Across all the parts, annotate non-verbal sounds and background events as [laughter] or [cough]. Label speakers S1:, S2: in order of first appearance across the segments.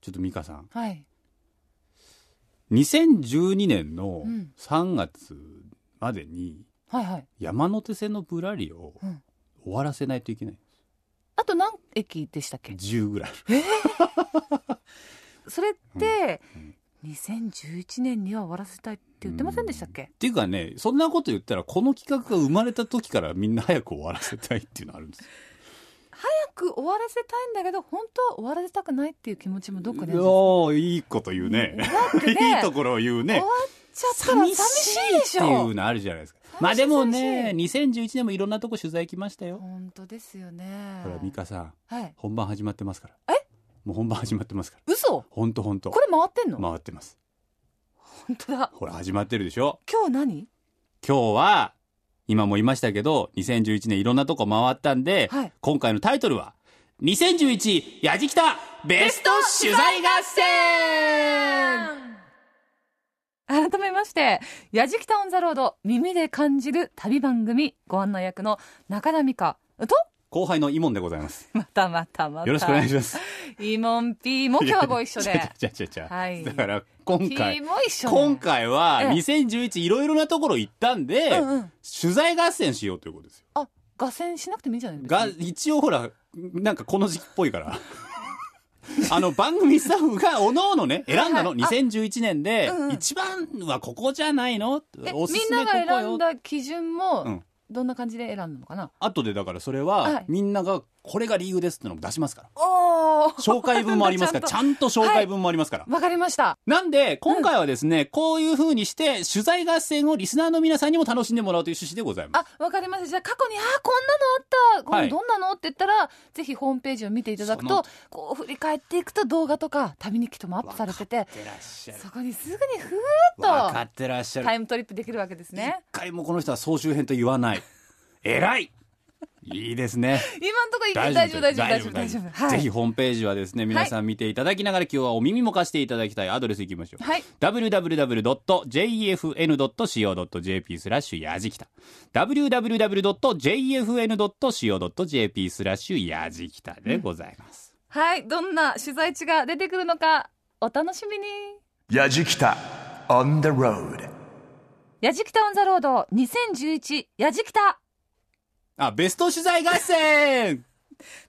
S1: ちょっと美香さん
S2: はい。
S1: 2012年の
S2: うん
S1: 3月までに
S2: はいはい。
S1: 山手線のぶらりを
S2: うん
S1: 終わらせないといけない
S2: あと何駅でしたっけ
S1: 10ぐらいある
S2: それって
S1: うん、
S2: 2011年には終わらせたいって言ってませんでしたっけ
S1: っていうかねそんなこと言ったらこの企画が生まれた時からみんな早く終わらせたいっていうのあるんですよ
S2: 早く終わらせたいんだけど、本当は終わらせたくないっていう気持ちもどっかであるんですよ。
S1: おーいいこと言うね
S2: だってね [laughs]
S1: いいところを言う
S2: 終わ
S1: ね
S2: っちゃったら寂しいでし
S1: ってい
S2: ょ
S1: う。のあるじゃないですかまあでもね
S2: 寂
S1: 2011年もいろんなとこ取材来ましたよ
S2: 本当ですよね。
S1: ほら美香さん
S2: はい。
S1: 本番始まってますから
S2: え
S1: もう本番始まってますから
S2: 嘘
S1: ほんとほんと
S2: これ回ってんの、
S1: 回ってます
S2: 本当だ。
S1: ほら始まってるでしょ
S2: 今日何
S1: 今日は今も言いましたけど2011年いろんなとこ回ったんで、
S2: はい
S1: 今回のタイトルは「2011やじきたベスト取材合戦」
S2: 改めまして、やじきたオンザロード、耳で感じる旅番組、ご案内役の中田美香と、
S1: 後輩のイモンでございます
S2: またまたまた。
S1: よろしくお願いします
S2: イモンピーも今日はご一
S1: [laughs]
S2: 緒
S1: いや
S2: で。
S1: ちゃちゃちゃちゃ、
S2: はい
S1: だから今
S2: ピー
S1: 回
S2: も一緒で。
S1: 今回は
S2: ええ
S1: 2011いろいろなところ行ったんで、
S2: うんうん。
S1: 取材合戦しようということですよ
S2: あ、合戦しなくてもいいんじゃない別に
S1: が一応ほらなんかこの時期っぽいから [laughs] あの番組スタッフがおのおのね選んだの、
S2: はいはいあ
S1: 2011年で、
S2: うんうん
S1: 一番はここじゃないの
S2: え
S1: おす
S2: みん
S1: す
S2: な
S1: め
S2: が
S1: ここ
S2: 選ん
S1: よ
S2: だ基準
S1: う
S2: も
S1: ん、
S2: どんな感じで選んだのかな、
S1: 後でだからそれ
S2: は
S1: はいみんながこれが理由ですってのも出します
S2: [laughs]
S1: から
S2: おー
S1: 紹介文もありますから
S2: [laughs]
S1: ち
S2: ちゃ
S1: ゃんと紹介文もありますから、
S2: わかりました。
S1: なんで今回はですね、こういう風にして取材合戦をリスナーの皆さんにも楽しんでもらうという趣旨でございます
S2: あ、わかりました。じゃあ過去に、あー、こんなのあった。こ
S1: は
S2: れ
S1: い
S2: どんなのって言ったら、ぜひホームページを見ていただく
S1: その
S2: と、こう振り返っていくと動画とか旅日記ともアップされてて、
S1: 分かってらっしゃる
S2: そこにすぐにふー
S1: 分か
S2: っ
S1: ってらっしゃ
S2: と
S1: る
S2: タイムトリップできるわけですね。
S1: 一回もこの人は総集編と言わない。偉いいいで
S2: [laughs]
S1: すね。
S2: 今んとこいけ大丈夫大丈夫大丈夫大丈夫。は
S1: ぜひ
S2: い。
S1: ホームページはですね、皆さん見ていただきながら、今日はお耳も貸していただきたいアドレスいきましょう。
S2: はい。
S1: www.jfn.co.jp スラッシュやじきた。www.jfn.co.jp スラッシュやじきたでございます。
S2: はい。どんな取材地が出てくるのか、お楽しみに。
S3: やじきた on the road
S2: やじきたオンザロード2011やじきた
S1: あ、ベスト取材合戦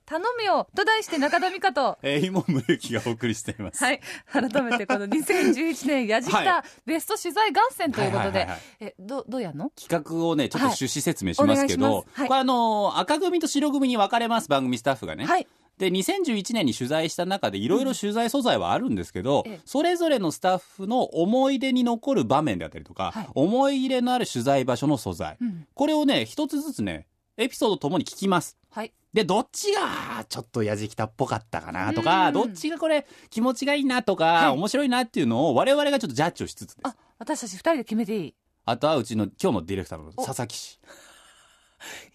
S2: 頼むよと題して中田美香と
S1: えー、今むゆきがお送りしています。
S2: はい、改めてこの2011年やじき
S1: は
S2: たベスト取材合戦ということ
S1: はいはい
S2: で
S1: はいはい、
S2: えどどうやんの？
S1: 企画をね、ちょっと趣旨説明しま
S2: は
S1: すけ
S2: いお願
S1: ど
S2: いし、ますはい
S1: これあのー、赤組と白組に分かれます、番組スタッフがね。
S2: はい、
S1: で、2011年に取材した中で、いろいろ取材素材はあるんですけど、
S2: ええ
S1: それぞれのスタッフの思い出に残る場面であったりとか、
S2: はい
S1: 思い入れのある取材場所の素材。
S2: うん、
S1: これをね、一つずつね、エピソードともに聞きます。
S2: はい、
S1: で、どっちがちょっとやじきたっぽかったかなとか、
S2: うん
S1: どっちがこれ気持ちがいいなとか、
S2: はい
S1: 面白いなっていうのを我々がちょっとジャッジをしつつです。
S2: あ私たち二人で決めていい？
S1: あとはうちの今日のディレクターの佐々木氏。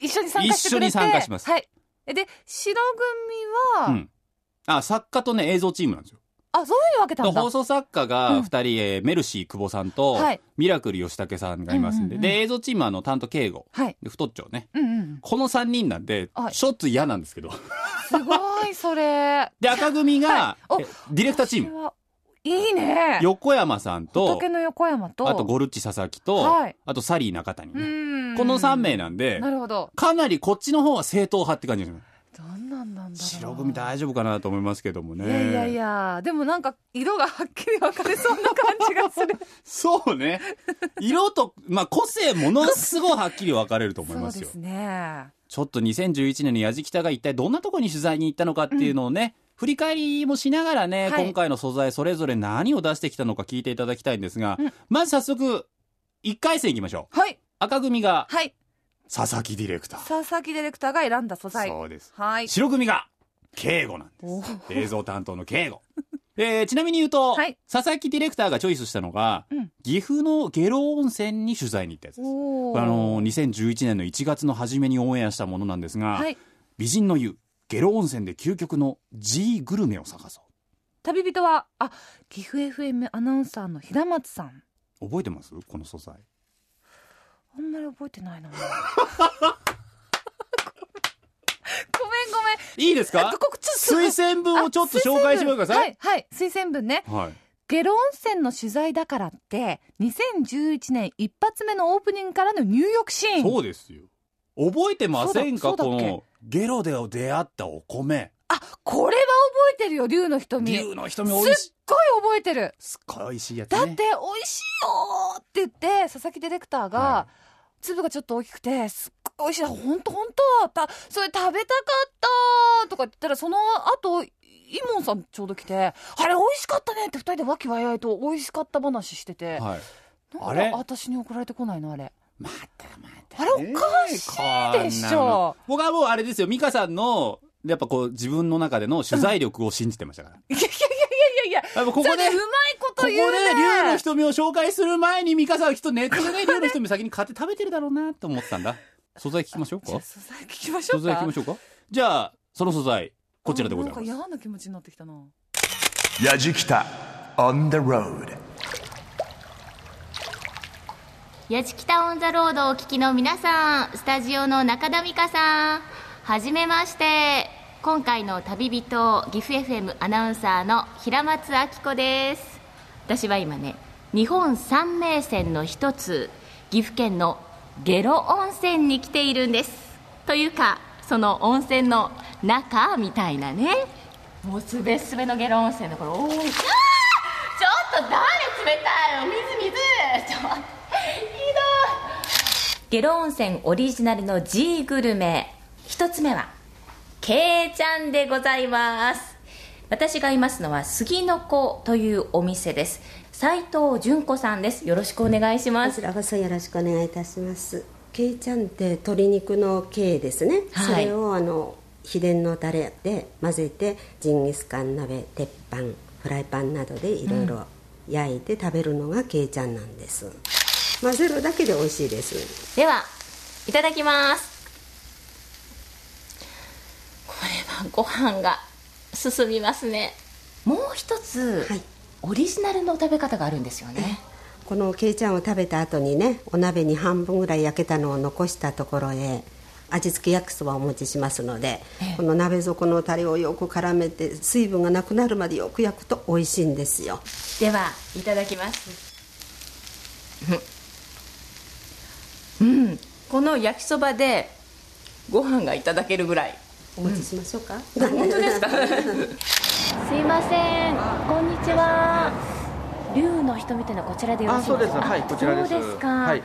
S2: 一緒に参加してくれて、
S1: 一緒に参加します
S2: はい。えで白組は、
S1: うん。あ、作家とね、映像チームなんですよ。
S2: あそういうに分けたんだ。
S1: 放送作家
S2: う
S1: が
S2: ん
S1: 2人、えーメルシー久保さんと、
S2: はい
S1: ミラクル吉武さんがいますんで、
S2: うんうんうん
S1: で、映像チームはあの、担当敬吾、
S2: はい、
S1: で太っちょね。
S2: うんうん、
S1: この3人なんで、
S2: はい
S1: ちょっと嫌なんですけど。
S2: すごいそれ。
S1: で、赤組が、
S2: はいお
S1: え [laughs] ディレクターチーム、
S2: ム。いいね。
S1: 横山さんと
S2: 仏、の横山と、
S1: あとゴルッチ佐々木と、
S2: はい
S1: あとサリー中谷ね、
S2: うん
S1: この3名なんで、
S2: なるほど。
S1: かなりこっちの方は正統派って感じですね。
S2: どんなんなんだろうな。
S1: 白組大丈夫かなと思いますけどもね。
S2: いやいやいや、でもなんか色がはっきり分かれそうな感じがする。
S1: そうね。色と、まあ、個性ものすごいはっきり分かれ [laughs] ると思います
S2: そう
S1: よ
S2: で。すね。
S1: ちょっと2011年の矢じきたが一体どんなところに取材に行ったのかっていうのをね、振り返りもしながらね、
S2: はい
S1: 今回の素材それぞれ何を出してきたのか聞いていただきたいんですが、
S2: うん
S1: まず早速、1回戦いきましょう。
S2: はい、
S1: 赤組が
S2: はい。
S1: 佐々木ディレクター。
S2: 佐々木ディレクターが選んだ素材。
S1: そうです。
S2: はい。
S1: 白組が敬吾なん
S2: お
S1: です。映像担当の敬吾。えーちなみに言うと、
S2: はい
S1: 佐々木ディレクターがチョイスしたのが、
S2: うん
S1: 岐阜の下呂温泉に取材に行ったやつです。
S2: おー
S1: あの2011年の1月の初めにオンエアしたものなんですが、
S2: はい。
S1: 美人の湯下呂温泉で究極の G グルメを探そ
S2: 旅人は、あ、岐阜 FM アナウンサーの平松さん。
S1: う覚えてますこの素材 [laughs]
S2: あんまり覚えてないな。ごめんごめん。
S1: いいですか
S2: ここちょっ
S1: 推
S2: と
S1: 薦文をちょっと
S2: あ
S1: 紹介してください。
S2: はい、はい、推薦文ね。
S1: はい。
S2: ゲロ温泉の取材だからって、2011年一発目のオープニングからの入浴シーン。
S1: そうですよ。覚えてませんか
S2: そうだ
S1: こ
S2: そうだっけ
S1: の、ゲロで出会ったお米。
S2: あ、これは覚えてるよ、竜の瞳。すっ
S1: 牛の瞳美味しい。
S2: ごい覚えてる。
S1: すっごい美味しいやつ
S2: だって、
S1: ね
S2: 美。味しいよーって言って、佐々木ディレクターが、
S1: は
S2: 粒がちょっと大きくて、すっごい美味しい。ほんとほんと。た、それ食べたかったとか言ったら、その後、イモンさんちょうど来て、あれ美味しかったねって二人で和気わいあいと美味しかった話してて、
S1: はい。
S2: なんか
S1: あれ
S2: 私に送られてこないのあれ。
S1: またまた。
S2: あれおかしいでし
S1: こんな
S2: ょ
S1: の。僕はもうあれですよ、美香さんの、やっぱこう自分の中での取材力を信じて
S2: [laughs]
S1: ましたから。
S2: いやいやいやいやいや。
S1: やっぱここ
S2: そ
S1: で、
S2: れねうまい
S1: こ
S2: こ
S1: ことで
S2: 言うね。
S1: 竜の瞳を紹介する前に美香さんはきっとネットでね、竜の瞳先に買って食べてるだろうなと思った
S2: [laughs]
S1: んだ。素材聞きましょう
S2: じゃ
S1: か
S2: あ素材聞きましょ
S1: 素
S2: う
S1: 材
S2: か。
S1: 聞きましょうかじゃあ、その素材、こちらでございます
S2: あ。なんか嫌な気持ちになってきたな。
S3: Yajikita on the road.
S4: やじきたオンザロードをお聞きの皆さんスタジオの中田美香さんはじめまして今回の旅人岐阜 FM アナウンサーの平松明子です私は今ね日本三名泉の一つ岐阜県の下呂温泉に来ているんですというかその温泉の中みたいなねもうすべすべの下呂温泉のこれおいちょっと誰冷たいの水水ちょっといいなゲロ温泉オリジナルの G グルメ一つ目はけいちゃんでございます私がいますのは杉の子というお店です斉藤純子さんですよろしくお願いしま
S5: こ
S4: す
S5: ちらこそよろしくお願いいたします。けいちゃんって鶏肉のけいですね。
S4: はい
S5: それをあの秘伝のタレで混ぜてジンギスカン鍋、鉄板、フライパンなどでいろいろ焼いて食べるのがけいちゃんなんです。混ぜるだけで美味しいです。
S4: ではいただきますこれはご飯が進みますねもう一つ、
S5: はい
S4: オリジナルの食べ方があるんですよね
S5: このけいちゃんを食べた後にね、お鍋に半分ぐらい焼けたのを残したところへ。味付け焼きそばをお持ちしますので、この鍋底のタレをよく絡めて水分がなくなるまでよく焼くと美味しいんですよ。
S4: ではいただきますうん、この焼きそばでご飯がいただけるぐらい
S5: お持ちしましょうか、
S4: 本当ですかすいませんこんにちは竜の瞳というのはこちらでよろしいですか
S6: あそうですはいこちらです
S4: そうですか、
S6: はい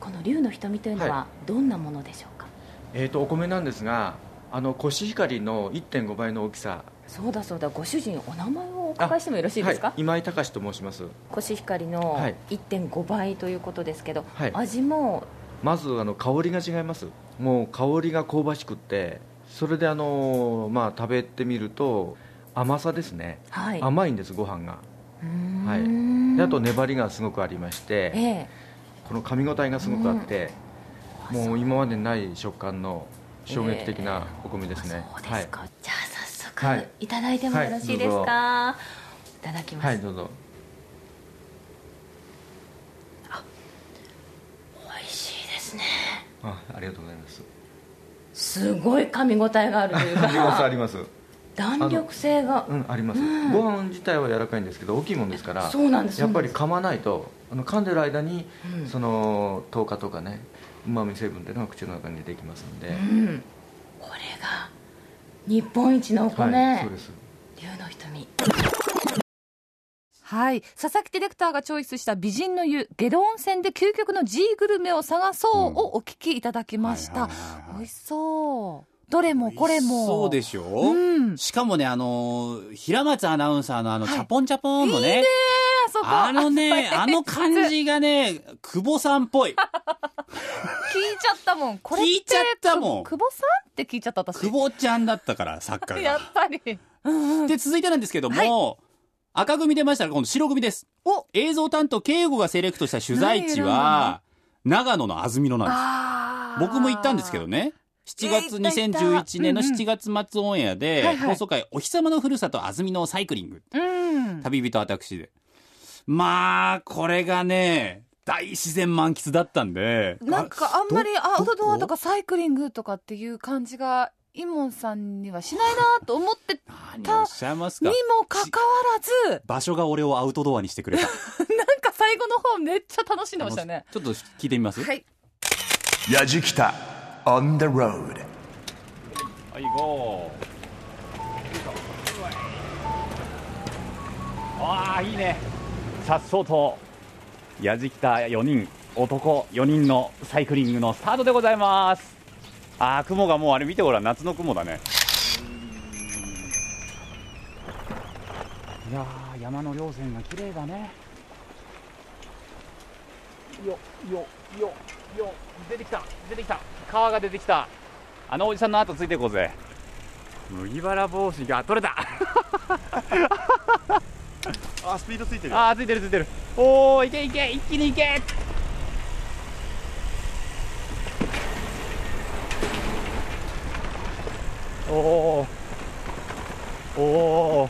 S4: この竜の瞳というのは
S6: は
S4: どんなものでしょうか、
S6: えー、とお米なんですがあのコシヒカリの1.5倍の大きさ
S4: そうだそうだご主人お名前をお伺いしてもよろしいですか、
S6: はい、今井隆と申します
S4: コシヒカリの
S6: はい
S4: 1.5倍ということですけど、
S6: はい
S4: 味も
S6: まずあの香りが違いますもう香りが香ばしくってそれであのーまあ食べてみると甘さですね、
S4: はい
S6: 甘いんですご飯が
S4: うーん
S6: はいであと粘りがすごくありまして、
S4: ええ
S6: この噛み応えがすごくあって、もう今までにない食感の衝撃的なお米ですね、
S4: そうですか、じゃあ早
S6: は
S4: 速
S6: い
S4: いただいてもよろしいですか、い、ただきます、
S6: はい、はい、どうぞ
S4: 美味しいですね
S6: あありがとうございます
S4: すごい噛み応えがあるという
S6: ありますあ
S4: か
S6: ります
S4: 弾力性が
S6: うんあります、ご飯自体は柔らかいんですけど大きいもんですから
S4: そうなんです
S6: やっぱり
S4: そう
S6: 噛まないとあの噛んでる間に、
S4: うん
S6: その糖化とかねうまみ成分っていうのが口の中に出てきますので、
S4: うんこれが日本一のお米、
S6: はいそうです
S4: 竜の瞳
S2: はい。佐々木ディレクターがチョイスした美人の湯、下呂温泉で究極の G グルメを探そうをお聞きいただきました。
S1: はいはいはいはい
S2: 美味しそう。どれもこれも。
S1: そうで
S2: し
S1: しょ、
S2: うん
S1: しかもね、あのー平松アナウンサーのあの、チャポンチャポンのね、
S2: あそこ。
S1: あのね、
S2: あ
S1: あの感じがね、久保さんっぽ
S2: [laughs]
S1: い。
S2: 聞いちゃったもん。これて
S1: 聞いちゃったもん
S2: く久保さんって聞いちゃった私。
S1: 久保ちゃんだったから、作家
S2: やっ
S1: が。
S2: ぱり。
S1: [laughs] で、続いてなんですけども、赤組出ましたら、今度白組です。
S2: お
S1: 映像担当、慶吾がセレクトした取材地は、長野の安曇野なんです。
S2: あー
S1: 僕も行ったんですけど。ね。7月、
S2: 行った行った
S1: 2011年の
S2: うんうん
S1: 7月末オンエアで、
S2: はいはい
S1: 放送回、お日様のふるさと安曇野サイクリング。
S2: うん。
S1: 旅人私で。まあ、これがね、大自然満喫だったんで。
S2: なんかあんまりアウトドアと
S1: か
S2: かサイクリングとかっていう感じがイモンさんにはしないなと思って
S1: 何をお
S2: た
S1: っしゃいます
S2: に
S1: か
S2: もかかわら
S1: [laughs]
S2: ず、
S1: 場所が俺をアウトドアにしてくれた
S2: なんか最後の方めっちゃ楽しんでましたね。
S1: ちょっと聞いてみます
S2: はい。
S3: Yajikita on the road.
S1: はい、ゴー。ああ、いいね。さっそうと、やじきた4人、男4人のサイクリングのスタートでございます。ああ、雲がもうあれ見てごらん、夏の雲だね。いやー、山の稜線が綺麗だね。よ、よ、よ、よ、出てきた、出てきた、川が出てきた。あのおじさんの後ついていこうぜ麦わら帽子が取れた
S7: [laughs] あスピードついてる
S1: あーついてるついてるおおいけいけ一気にいけおおおお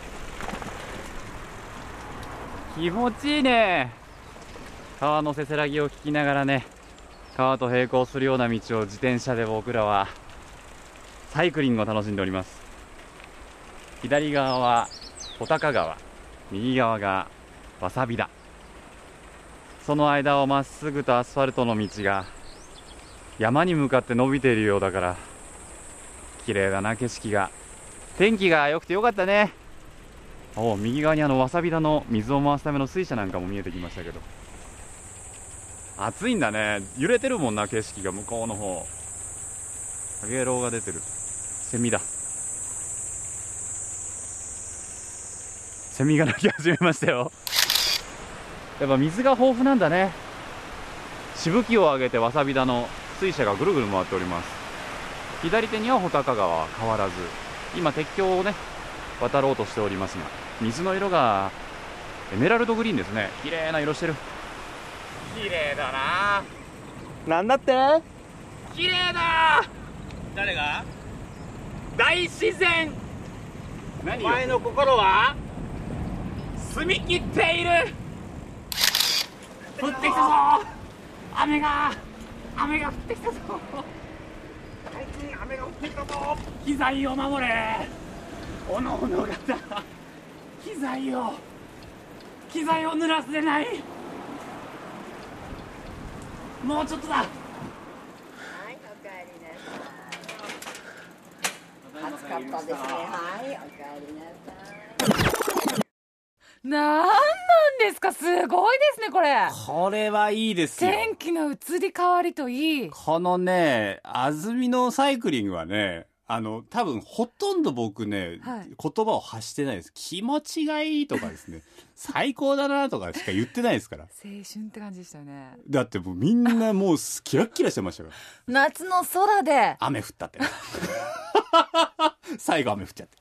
S1: 気持ちいいね川のせせらぎを聞きながらね川と並行するような道を自転車で僕らはサイクリングを楽しんでおります左側は穂高川右側がわさび田その間をまっすぐとアスファルトの道が山に向かって伸びているようだから綺麗だな景色が天気が良くてよかったねおう右側にあのわさび田の水を回すための水車なんかも見えてきましたけど暑いんだね揺れてるもんな景色が向こうの方かげろうが出てるセミだセミが鳴き始めましたよやっぱ水が豊富なんだねしぶきを上げてわさび田の水車がぐるぐる回っております左手には穂高川は変わらず今鉄橋をね渡ろうとしておりますが水の色がエメラルドグリーンですね綺麗な色してる綺麗だな
S7: なんだって
S1: 綺麗だ
S7: 誰が
S1: 大自然何
S7: 前の心は
S1: 澄み切っている降ってきたぞ雨が雨が降ってきたぞ
S7: 最近雨が降ってきたぞ
S1: 機材を守れおのおの方機材を機材を濡らすでないもうちょっとだ
S8: はい、おかえりなさい。暑かったですね。はい、おかえりなさい。
S2: なんなんですかすごいですね、これ。
S1: これはいいですよ
S2: 天気の移り変わりといい。
S1: このね安曇のサイクリングはねあの多分ほとんど僕ね、
S2: はい
S1: 言葉を発してないです気持ちがいいとかですね [laughs] 最高だなとかしか言ってないですから
S2: 青春って感じでしたよね。
S1: だってもうみんなもうすキラッキラしてましたから
S2: 夏の空で、
S1: 雨降ったって最後雨降っちゃって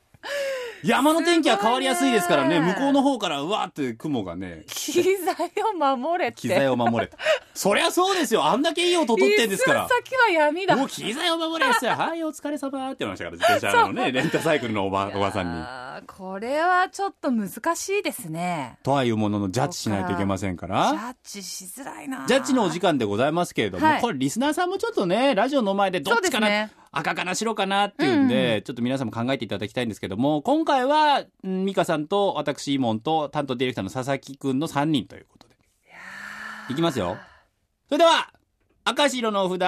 S1: 山の天気は変わりやすいですからね
S2: すごいね
S1: 向こうの方からうわーって雲がね
S2: 機材を守れって。
S1: 機材を守れたそりゃそうですよあんだけいい音取ってんですから
S2: 一寸先は闇だ。
S1: もう機材を守れ [laughs] っすよはいお疲れ様って言われましたから自転車のねレンタサイクルのおばおばさんに
S2: あーこれはちょっと難しいですね。
S1: とはいうもののジャッジしないといけませんか
S2: ジ
S1: ら
S2: ャッジしづらいな。
S1: ジャッジのお時間でございますけれども、
S2: はい
S1: これリスナーさんもちょっとね、ラジオの前でどっちかな、
S2: そうですね
S1: 赤かな白かなっていうんで、ちょっと皆さんも考えていただきたいんですけども、今回は、うんミカさんと私、イモンと担当ディレクターの佐々木くんの3人ということで。いきますよ。それでは、赤白のお札、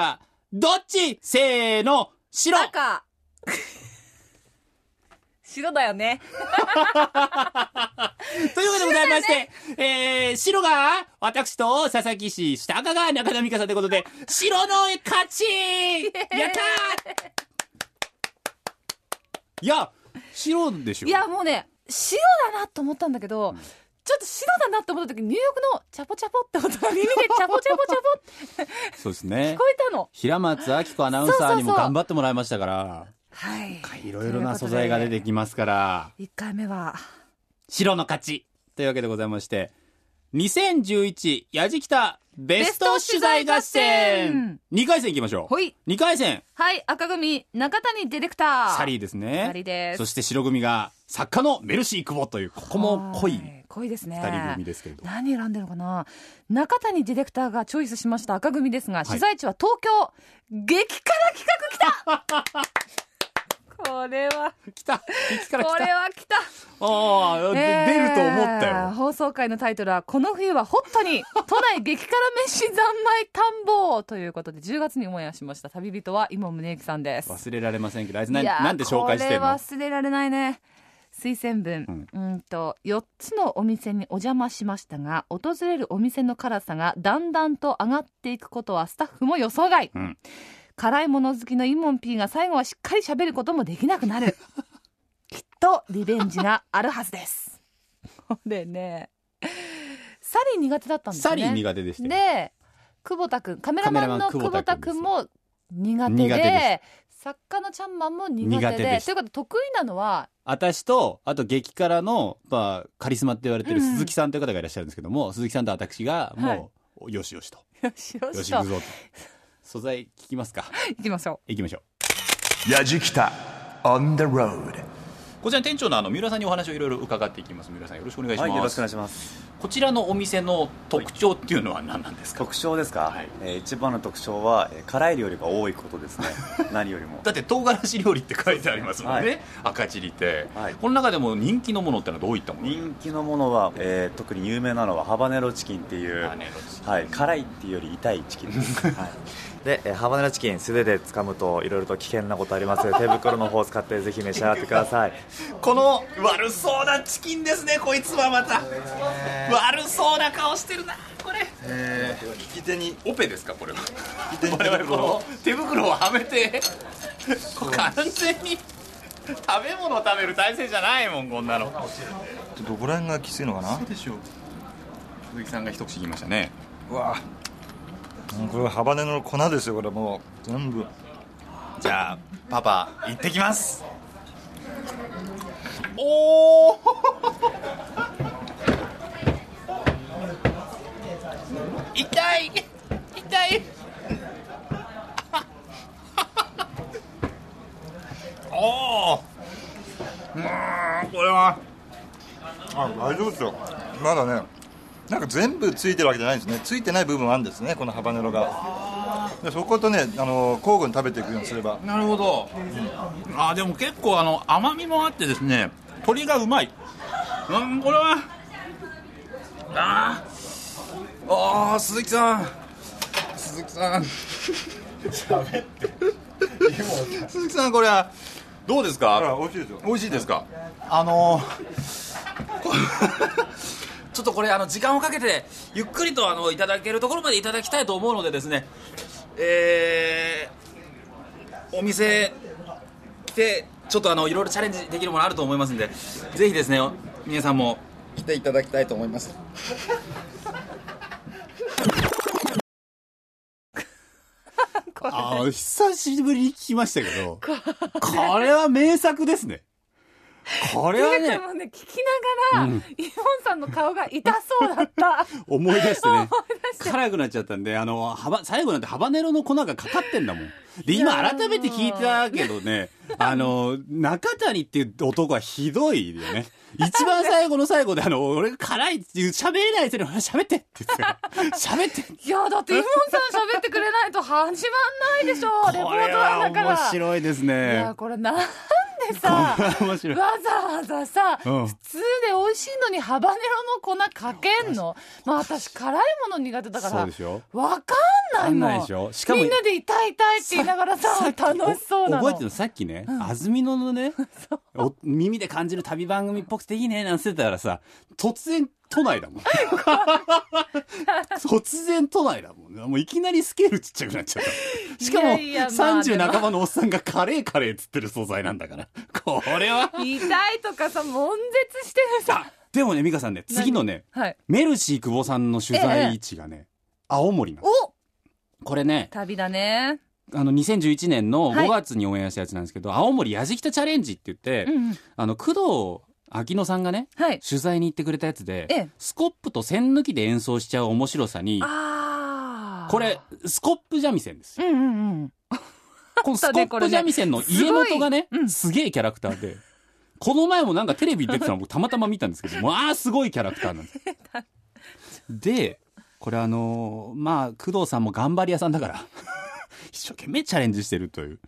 S1: どっちせーの、白
S2: 赤。 [laughs] 白だよね。
S1: というわけでございまして、えー、白が私と佐々木氏、下赤が中田美香さんということで、白の勝ち
S2: [laughs]
S1: やったーいや、白でしょ
S2: いや、もうね、白だなと思ったんだけど、ちょっと白だなと思った時、入浴のチャポチャポって音が耳でチャポチャポチャポって
S1: そうですね
S2: 聞こ。えたの。
S1: 平松明子アナウンサー
S2: そうそ
S1: にも
S2: うそう
S1: 頑張ってもらいましたから、
S2: はい。
S1: いろいろな素材が出て
S2: き
S1: きますから、
S2: 1回目は、
S1: 白の勝ちというわけでございまして、2011やじきたベスト取材合戦 !2 回戦行きましょ
S2: ほい。
S1: う。2回戦、
S2: はい、赤組、中谷ディレクター。
S1: サリーですね。
S2: サリーです
S1: そして白組が作家のメルシー久保という、ここも濃い
S2: は。濃いですね。
S1: 二人組ですけれど
S2: 何選んでるのかな中谷ディレクターがチョイスしました赤
S1: [laughs]
S2: 組ですが、取材地は東京、激辛企画来たこれは、
S1: 来た駅から
S2: こ
S1: 来
S2: れ
S1: た
S2: は来た。
S1: ああ、で
S2: えー
S1: 出ると思ったよ。
S2: 放送回のタイトルは、この冬はホットに、都内激辛飯三昧探訪ということで、10月にオンエアしました旅人は、今宗行さんです。
S1: 忘れられませんけど、あいつない
S2: やー
S1: なんて紹介してん
S2: これ
S1: の
S2: 忘れられないね推薦文、うん、と4つのお店にお邪魔しましたが訪れるお店の辛さがだんだんと上がっていくことはスタッフも予想外、
S1: うん
S2: 辛いもの好きのイモン P が最後はしっかり喋ることもできなくな
S1: [laughs]
S2: るきっとリベンジがあるはずですこれねサリー苦手だったんです
S1: サ
S2: よね
S1: リー苦手でしたよ。
S2: で久保田君カメラマンの
S1: カ
S2: 久
S1: メラマ
S2: 保
S1: ン久
S2: 田
S1: 保田君
S2: 君も苦手で
S1: 苦手で
S2: 作家のちゃんまんも苦手で
S1: 苦手でした
S2: ということで得意なのは
S1: 私と、あと激辛の、まあ、カリスマって言われてる鈴木さんという方がいらっしゃるんですけども、鈴木さんと私が、もう、よしよしと。
S2: よしよ
S1: よ
S2: し
S1: し、行
S2: と
S1: くぞと。素材聞
S2: [laughs]
S1: きますか。
S2: いきましょ
S1: 行きましょう。
S3: ヤジキタ on the road
S1: こちらの店長のあの三浦さんにお話をいろいろ伺っていきます。三浦さんよろしくお願いします。
S9: はい、よろしくお願いします
S1: こちらのお店の特徴っていうのは何なんですか、
S9: 特徴ですか、
S1: はい
S9: えー一番の特徴は、えー辛い料理が多いこと [laughs] ですね何よりも
S1: だって唐辛子料理って書いてありますもんね、
S9: はい
S1: 赤チリって、
S9: はい
S1: この中でも人気のものってのはどういったもの
S9: 人気のものは、えー特に有名なのはハバネロチキンっていう
S1: ハバネロチキン
S9: はい、辛いっていうより痛いチキン [laughs] です、はい、で、えーハバネロチキン素手で掴むといろいろと危険なことありますので手袋の方を使ってぜひ召し上がってください
S1: この悪そうなチキンですねこいつはまた、悪そうな顔してるなこれ、利き手にオペですかこれは我々この手袋をはめてこれ完全に食べ物を食べる体勢じゃないもんこんなの
S10: どこら辺がきついのかな
S1: でしょう鈴木さんが一口言いましたね
S10: うわもうこれはハバネの粉ですよこれもう全部
S1: じゃあパパ行ってきますおお [laughs] 痛い [laughs] 痛いおおうんこれは
S10: あ大丈夫ですよまだねなんか全部ついてるわけじゃないんですねついてない部分はあるんですねこのハバネロがでそことねあの交互に食べていくようにすれば
S1: なるほど、あーでも結構あの甘みもあってですね鶏がうまいうんこれはあーあー鈴木さん鈴木さん [laughs] 鈴木さんこれはどうです
S10: あら
S1: か
S10: 美味しいですよ
S1: 美味しいですかあのーこちょっとこれあの時間をかけてゆっくりとあのいただけるところまでいただきたいと思うのでですねえーお店でちょっとあのいろいろチャレンジできるものあると思いますんでぜひですね皆さんも来ていただきたいと思います
S2: うこれ
S1: ああ久しぶりに聞きましたけどこれは名作ですねこれは
S2: で
S1: ね
S2: もね聞きながら、イモンさんの顔が痛そうだった
S1: [laughs] 思い出してね
S2: [laughs] 思い出して
S1: 辛くなっちゃったんであのハバ最後なんてハバネロの粉がかかってんだもんで今
S2: いやー
S1: 改めて聞いたけどねあの中谷っていう男はひどいよね一番最後の最後であの俺が辛いっていう喋れない人に俺は喋ってって言ってたよ喋って
S2: [laughs] いやだってイモンさん喋ってくれないと始まんないでしょレポ
S1: こ
S2: ー
S1: れ
S2: トな
S1: は
S2: んだから
S1: 面白いです
S2: い
S1: ね
S2: やこれなんでさ
S1: 面白い
S2: わざわざさ、
S1: うん
S2: 普通で美味しいのにハバネロの粉かけんのまあ私辛いもの苦手だから
S1: そうでしょ
S2: わかんないもん
S1: わかんないでしょしかも
S2: みんなで痛い痛いって言いながらさ楽しそうなの
S1: 覚えてるのさっきね、安曇野
S2: [laughs]
S1: のねお耳で感じる旅番組っぽくていいねなんて言ってたらさ突然都内だもん突然都内だもんもういきなりスケールちっちゃくなっち
S2: [laughs]
S1: ゃったしかも
S2: いやいやまあ
S1: 30半ばのおっさんがカレーカレーっつってる素材なんだ
S2: [laughs]
S1: からこれは
S2: 痛いとかさ悶絶してるさ
S1: あでもね美香さんね次のね
S2: はい
S1: メルシー久保さんの取材位置がね、青森なの
S2: お
S1: これね
S2: 旅だね
S1: あの2011年の
S2: はい
S1: 5月にオンエアしたやつなんですけど、青森やじきたチャレンジって言って、
S2: うんうん
S1: あの工藤秋乃さんがね
S2: はい
S1: 取材に行ってくれたやつで、
S2: ええ
S1: スコップと線抜きで演奏しちゃう面白さに
S2: あー
S1: これスコップ三味線です
S2: う
S1: よ
S2: んうんうん
S1: このス
S2: そう
S1: コ
S2: ね
S1: ップ三味線の家元がね
S2: これね
S1: すげえキャラクターで。この前もなんかテレビ出てたの僕たまたま見たんで
S2: [laughs]
S1: すけど、まあすごいキャラクターなんです。で、これあ [laughs] のーまあ工藤さんも頑張り屋さんだから、一生懸命チャレンジしてるという。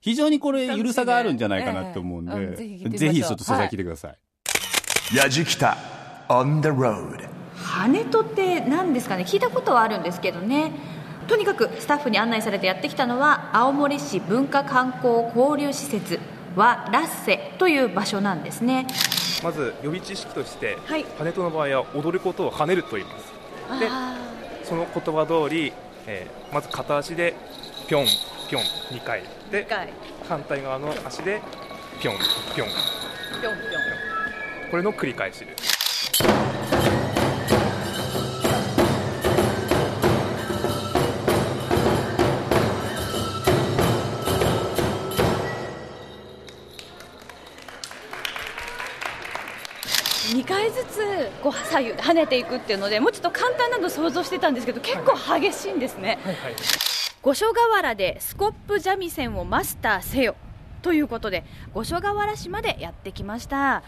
S1: 非常にこれ緩さがあるんじゃないかなって思うん
S2: ええ
S1: で、
S2: ぜひ聞いてみましょう
S1: ぜひちょっと素材聞いてください、
S3: ヤジキタ on the road
S11: ハネトって何ですかね聞いたことはあるんですけどねとにかくスタッフに案内されてやってきたのは青森市文化観光交流施設ワ・ラッセという場所なんですね
S12: まず予備知識として、跳ねとの場合は踊ることを跳ねると言いますでその言葉通り、えーまず片足でピョンピョン2回で反対側の足でピョンピョン
S2: ぴょんぴょん
S12: これの繰り返しです
S13: 2回ずつこう左右で跳ねていくっていうのでもうちょっと簡単なの想像してたんですけど結構激しいんですね、五所川原でスコップ三味線をマスターせよということで五所川原市までやってきました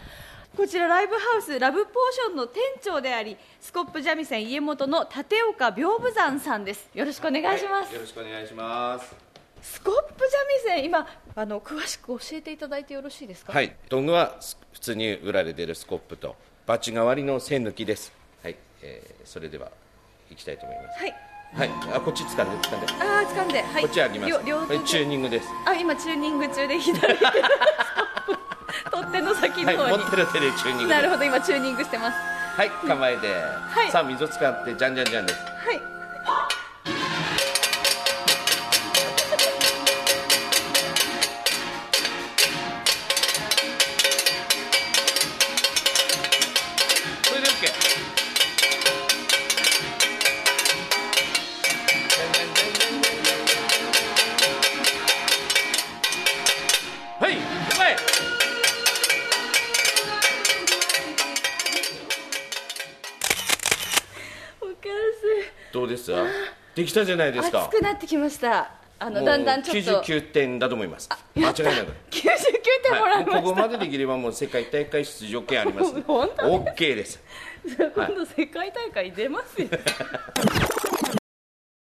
S13: こちらライブハウスラブポーションの店長でありスコップ三味線家元の立岡屏風山さんですよろしくお願いします、
S14: よろしくお願いします
S13: スコップ三味線今あの詳しく教えていただいてよろしいですか
S14: はい道具はす普通に売られているスコップとバチ代わりの栓抜きですはい、えー、それではいきたいと思います
S13: はい
S14: はいあこっち掴んで掴んで
S13: あー掴んで、はい、
S14: こっちあります
S13: 両両
S14: これ
S13: 手
S14: チューニングです
S13: あ今チューニング中
S14: [laughs]
S13: で左手が取っ手の先の
S14: はい
S13: 方に、
S14: 持ってる手でチューニングです
S13: なるほど今チューニングしてます
S14: はい構えて、
S13: い
S14: さあ溝使ってじゃんじゃんじゃんです
S13: はい
S14: それで OK はい、うまい
S13: お母
S14: どうですできたじゃないです
S13: さん
S14: か
S13: 熱くなってきましたあ
S14: も
S13: の
S14: う
S13: だんだんちょっと
S14: 99点だと思います間違いなく
S13: 99点もらいました、
S14: はい、ここまでできればもう世界大会出場権あります
S13: 本当
S14: オッケーです
S13: 今度世界大会出ますよ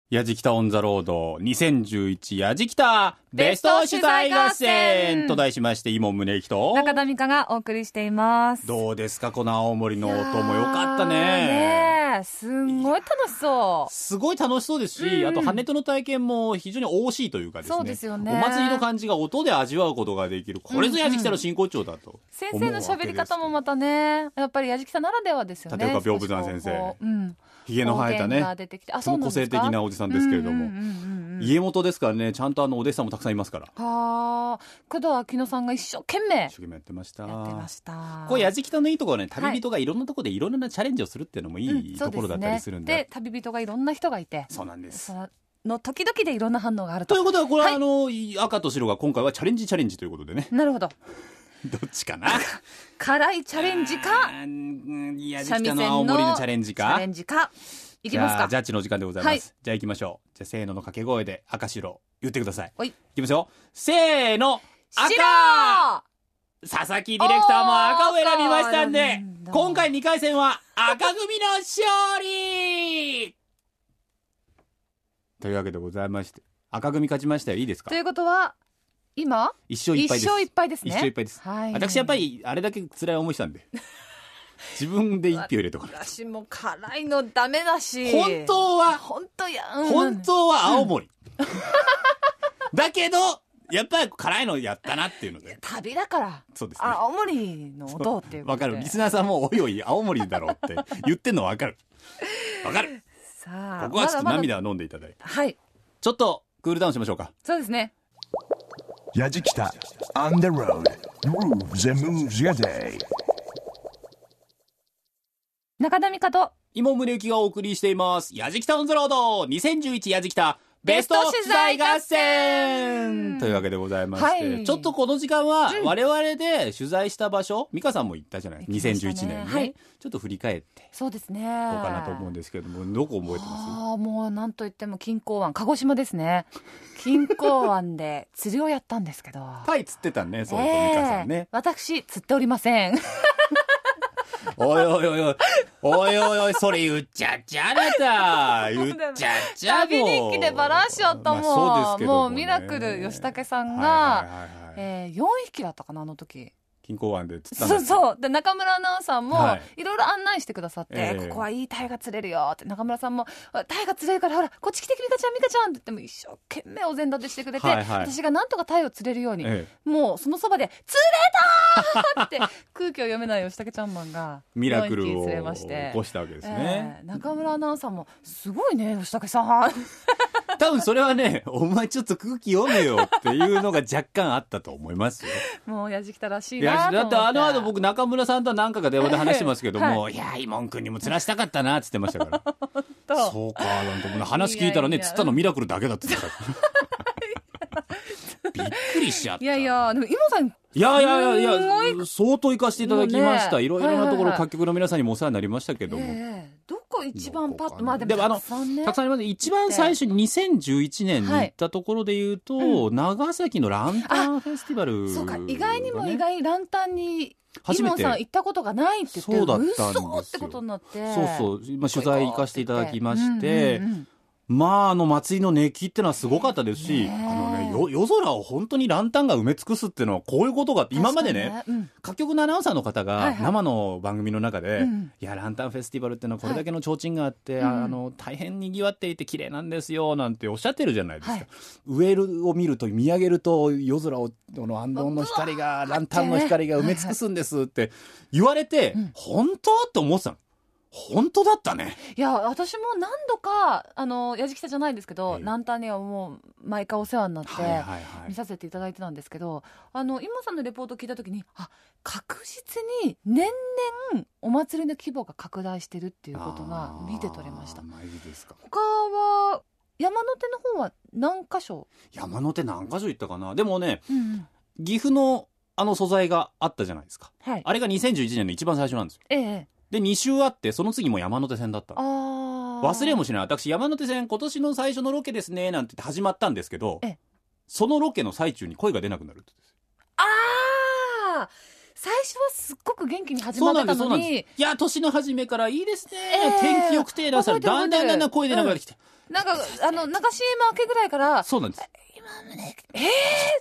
S1: やじきたオンザロード2011やじきたベスト取材合戦と題しまして、イモン宗行と、
S2: 中田美香がお送りしています。
S1: どうですか、この青森の音もよかったね。
S2: ねえ、すんごい楽しそう。
S1: すごい楽しそうですし、
S2: うん
S1: あと、ハネトの体験も非常に惜しいというかですね。
S2: そうですよね
S1: お祭りの感じが音で味わうことができる。これぞやじきたの真骨頂だと。
S2: 先生の喋り方もまたね、やっぱり矢敷さんならではですよね。
S1: 立岡屏風山先
S2: 少
S1: 生
S2: しこううん。
S1: ひげの生えた
S2: 方言が
S1: ね
S2: 出てきて、あ、
S1: と
S2: そ
S1: て
S2: う
S1: も
S2: なん
S1: 個
S2: ですか
S1: 性的なおじさんですけれども、家元ですからねちゃんとあのお弟子さんもたくさんいますから
S2: はあ、工藤昭乃さんが一生懸命。
S1: 一生懸命やってました
S2: した
S1: こうやじきたのいいところはね旅人がいろんなところでいろんなチャレンジをするっていうのもいい
S2: そう
S1: と
S2: で
S1: ころだ
S2: す
S1: ったり
S2: ね
S1: するん。で,、
S2: で、旅人がいろんな人がいて。
S1: そうなんです
S2: その時々でいろんな反応があると。
S1: ということはこれは、あのい赤と白が今回はチャレンジチャレンジということでね
S2: なるほど。
S1: どっちかな
S2: 辛いチャレンジか、
S1: や
S2: 三
S1: じきたの青森のチャレンジか
S2: チャレンジか、いきます
S1: じゃあ
S2: か。
S1: ジャッジの時間でございます、
S2: はい
S1: じゃあ行きましょうじゃあせーのの掛け声で赤白言ってください
S2: おい
S1: きますよせーの
S2: 白
S1: 佐々木ディレクターも赤を選びましたんで今回2回戦は赤組の勝利というわけでございまして赤組勝ちましたよいいですか
S2: ということは、今
S1: 一生いっぱいです
S2: 一生いっぱいですね。
S1: 一生いっぱいです
S2: はい。
S1: 私やっぱりあれだけ辛い思いした
S2: [laughs]
S1: んで自分で一票入れてこない
S2: 私も辛いのダメだし。
S1: 本当は
S2: 本当や、
S1: 本当は
S2: [laughs]
S1: 青森、だけどやっぱり辛いのやったなっていうので
S2: 旅だから。
S1: そうですね
S2: あ、青森の音っていう
S1: わ
S2: こ
S1: か
S2: とで。
S1: るリスナーさんもおいおい青森だろうって言ってんのわかるわかる
S2: さあ、
S1: ここはちょっ
S2: まだ
S1: と
S2: まだ
S1: 涙を飲んでいただいて
S2: はい。
S1: ちょっとクールダウンしましょうか
S2: そうですね。
S3: ヤジキタ on the road grooves and moves your day
S2: 中田美香と
S1: 今宗行がお送りしていますやじきたオンザロード2011やじきたベスト取材合戦というわけでございまして、
S2: はい
S1: ちょっとこの時間は我々で取材した場所、美香さんも行ったじゃない、2011年ね、
S2: はい
S1: ちょっと振り返ってい
S2: そうですね。
S1: こうかなと思うんですけどもどこ覚えてます
S2: ああ、もうなんといっても錦江湾、鹿児島です
S1: [laughs]
S2: ね。錦江湾で [laughs] 釣りをやったんですけど。
S1: パイ釣ってたねそうと美
S2: ええ
S1: 香さんね、
S2: 私、釣っておりません。
S1: おいおいおいおい。おいおいおい、それ言っちゃっちゃあなた。言っちゃっちゃ
S2: 旅
S1: も
S2: 日記でバラしちゃったもん、
S1: まあそうですけど
S2: も
S1: も
S2: う
S1: ね
S2: ミラクル吉武さんが、えー、4匹だったかなあの時
S1: 金庫湾で釣ったん
S2: そ
S1: で
S2: う
S1: す
S2: そうで中村アナウンサーも、、
S1: はい
S2: ろいろ案内してくださって、
S1: ええ
S2: ここはいいタイが釣れるよって中村さんもあタイが釣れるからほらこっち来てミカちゃんミカちゃんって言っても一生懸命お膳立てしてくれて、
S1: はいはい
S2: 私がなんとかタイを釣れるように、
S1: え
S2: もうそのそばで「釣れた!」
S1: [laughs]
S2: って空気を読めない吉武ちゃんマンが
S1: ミラクルを
S2: 4匹釣れまして
S1: 起こしたわけですね
S2: ええ中村アナウンサーも「すごいね吉武さん」
S1: [laughs] 多分それはね、お前ちょっと空気読めよっていうのが若干あったと思いますよ。
S2: もうやじきたらしい
S1: いや
S2: なと思っ
S1: だっ
S2: て
S1: あの後僕中村さんとは何回か電話で話してますけども、
S2: はい
S1: い、やイモン君にも釣らしたかったなって言ってましたから
S2: 当
S1: そうかなんてもう話聞いたらね
S2: いやいや
S1: 釣ったのミラクルだけだって言ってたからびっくりしちゃった
S2: いやいやでもイモさん
S1: いやいやいや
S2: す
S1: いや相当行かせていただきまし
S2: も
S1: た、
S2: うね
S1: いろいろなとこ
S2: はいはい
S1: ろ
S2: はい
S1: 各局の皆さんにもお世話になりましたけども、
S2: ええどこ一番パッとまあで
S1: で
S2: も
S1: もあの
S2: たくさんね
S1: たくさんあります一番最初に2011年に行ったところで言うと、長崎のランタンフェスティバル
S2: そうか意外にも意外にランタンにイ
S1: 初め
S2: モン
S1: て
S2: さん行ったことがないって言って
S1: そうだったんですよ
S2: 嘘ってことになって
S1: そうそう、まあ、取材行かせていただきまして、
S2: うんうんうん
S1: まあ、あの祭りの熱気ってのはすごかったですし、あのね、よ夜空を本当にランタンが埋め尽くすっていうのは、こういうことがあって、今までね
S2: 確、かにうん
S1: 各局のアナウンサーの方
S2: はい
S1: が
S2: はい
S1: 生の番組の中で、
S2: う
S1: い
S2: ん
S1: や、ランタンフェスティバルってのはこれだけの提灯があっ
S2: は
S1: て、
S2: いうん
S1: あの、大変賑わっていて綺麗なんですよ、なんておっしゃってるじゃないですか。上を見ると、見上げると、夜空を、この安藤の光が、ランタンの光が埋め尽くすんですって言われて、本当って思ってたの。本当だったね。
S2: いや私も何度かあのやじきたじゃないんですけど、ランタンにはもう毎回お世話になって見させていただいてたんですけど、あの今さんのレポートを聞いた時にあ確実に年々お祭りの規模が拡大してるっていうことが見て取れました
S1: マジですか。
S2: 他は山手の方は何箇所
S1: 山手何箇所行ったかなでもね、
S2: うん
S1: 岐阜のあの素材があったじゃないですか。
S2: はい
S1: あれが2011年の一番最初なんですよ。
S2: ええ
S1: で、2週あって、その次も山手線だった
S2: あ
S1: の。
S2: あ
S1: 忘れもしない。私、山手線今年の最初のロケですね、なんて言って始まったんですけど、そのロケの最中に声が出なくなるって。
S2: あー最初はすっごく元気に始まってた
S1: そう
S2: の
S1: なんですそうなん
S2: に
S1: ですいや年の初めからいいですね、
S2: ええ
S1: 天気良くてなん
S2: 覚
S1: か
S2: えてる
S1: だんだんだんだん声出なくなってきて、
S2: なんかあの中 CM 明けぐらいから
S1: そうなんです
S2: ええ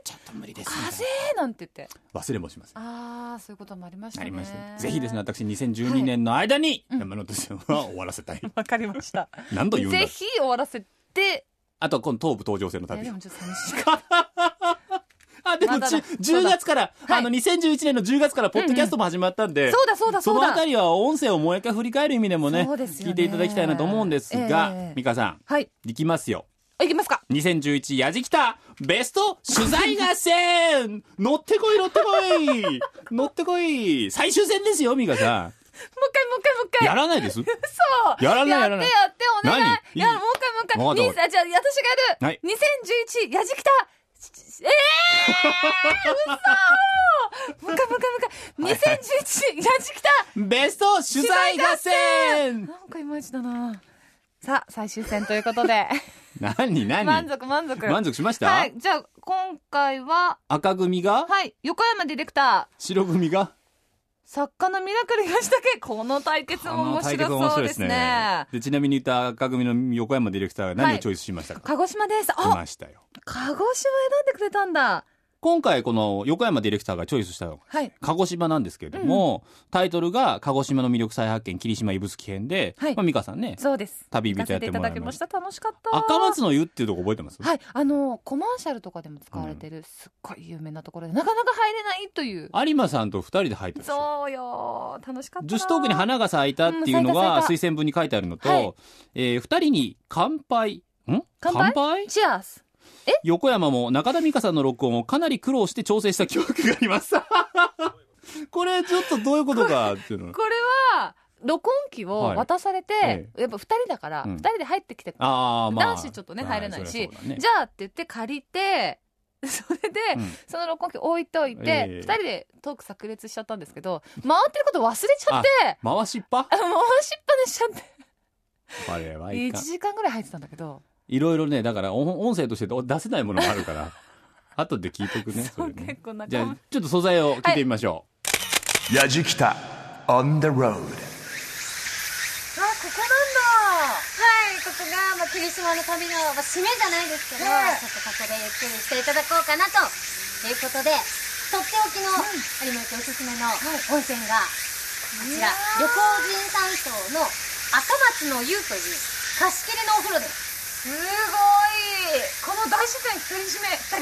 S2: ちょっと無理です風邪なんて言って
S1: 忘れもしません
S2: ああそういうこともありました
S1: な
S2: ね
S1: りましたねぜひですね私2012年の間に山手線は終わらせたい [laughs]
S2: わかりました
S1: 何度言うんだ
S2: ぜひ終わらせて
S1: あとこの東武東上線の旅
S2: いやでもちょっと寂しい
S1: [laughs] あでも
S2: まだだ
S1: じゅ10月から、あの2011年の10月からポッドキャストも始まったんで、
S2: うんうんそうだそうだそうだ
S1: のあたりは音声をもう一回振り返る意味でもね
S2: そうですよね
S1: 聞いていただきたいなと思うんですが、
S2: ええ
S1: 美香さん、
S2: はい
S1: いきますよ
S2: あいきますか
S1: 2011やじきたベスト取材合戦 [laughs] 乗ってこい乗ってこい [laughs] 乗ってこい最終戦ですよ美香さん
S2: もう一回もう一回もう一回
S1: やらないです
S2: 嘘
S1: やらないやらない
S2: ってやってお願い
S1: 何
S2: いやもう一回もう一回
S1: わかった
S2: 兄さんじゃあ私がやる、
S1: はい
S2: 2011やじきたええー、嘘もう一回もう一回もう一回2011やじきた
S1: ベスト取材合戦
S2: なんかいまいちだなさあ最終戦ということで
S1: 何 [laughs] 何
S2: 満足満足
S1: 満足しました
S2: はいじゃあ今回は
S1: 赤組が
S2: はい横山ディレクター
S1: 白組が
S2: 作家のミラクル吉武この対決も面白そうですね
S1: でちなみに言った赤組の横山ディレクターが何をチョイスしましたか、
S2: 鹿児島です
S1: 来
S2: あ
S1: ましたよ
S2: 鹿児島選んでくれたんだ
S1: 今回この横山ディレクターがチョイスしたのが
S2: はい
S1: 鹿児島なんですけれども、タイトルが「鹿児島の魅力再発見霧島指宿編で」
S2: はい
S1: まあ、美香さんね
S2: そうです
S1: 旅
S2: 行か
S1: 人や
S2: せい
S1: ってて
S2: た
S1: もら
S2: だ
S1: い
S2: き
S1: ま
S2: ま
S1: し
S2: した楽しかった
S1: た赤松の湯っていうとこ覚えてます、
S2: はいあのコマーシャルとかでも使われてるすっごい有名なところでなかなか入れないという
S1: 有馬さんと二人で入ったんですよ
S2: そうよー楽しかったな
S1: 女子トークに花が咲いたっていうの
S2: うん咲いた
S1: が
S2: 咲い
S1: 推薦文に書いてあるのと、
S2: はい
S1: えー二人に乾杯ん
S2: 乾杯チアース
S1: 横山も中田美香さんの録音をかなり苦労して調整した記憶があります [laughs] これちょっとどういうことかっていう
S2: [laughs]
S1: の
S2: これは録音機を渡されて、
S1: はいえ
S2: やっぱ二人だから、
S1: う
S2: 二
S1: ん
S2: 人で入ってきて、
S1: あーまあ
S2: 男子ちょっとね
S1: はい
S2: 入れないし、
S1: そりゃそうだね
S2: じゃあって言って借りて [laughs] それで、その録音機置いといて、
S1: ええ
S2: 二人でトーク炸裂しちゃったんですけど回ってること忘れちゃって
S1: あ回しっぱ
S2: あの回しっぱなしちゃって
S1: これはい
S2: 1
S1: かん
S2: 時間ぐらい入ってたんだけど
S1: いろいろねだから音音声として出せないものもあるから後で聞いとくねそれね
S2: 結構な
S1: じゃあちょっと素材を聞いてみましょう、
S3: やじきた on the
S15: あ
S3: road.
S15: ここなんだはいここが、まあ、霧島の旅の、まあ、締めじゃないですけど、
S5: はい
S15: ちょっとここでゆっくりしていただこうかなということでとっておきの有森君おすすめの温泉がこちら
S5: う
S15: 旅
S5: わ
S15: 行人山荘の赤松の湯という貸し切りのお風呂ですすごいこの大自然独り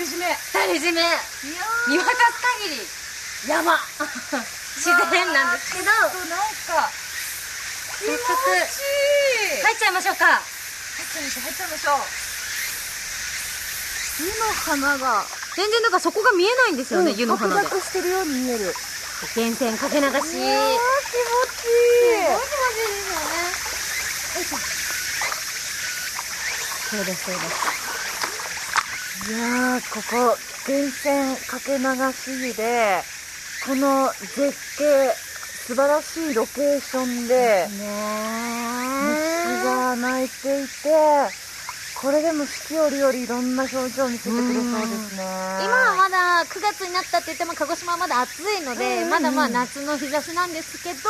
S15: 占め独り占め独り占め見渡す限り山 [laughs] 自然なんですけどなんか
S5: 気持ちいい
S15: 入っちゃいましょうか
S5: 入っちゃいましょう入っちゃいましょう
S4: 湯の花が全然なんかそこが見えないんですよね、湯の花で
S15: 白濁してるように見える源泉かけ流し気持ちいいすごい気持ちいいですよねよいしょそうですそうですいやーここ源泉かけ流し湯でこの絶景素晴らしいロケーションで虫が鳴いていてこれでも四季折々いろんな表情を見せてくれそうですね
S5: 今
S15: 今はまだ9月になったって言っても鹿児島はまだ暑いの
S5: うんうん
S15: で、
S5: うん
S15: まだまあ夏の日差しなんですけど、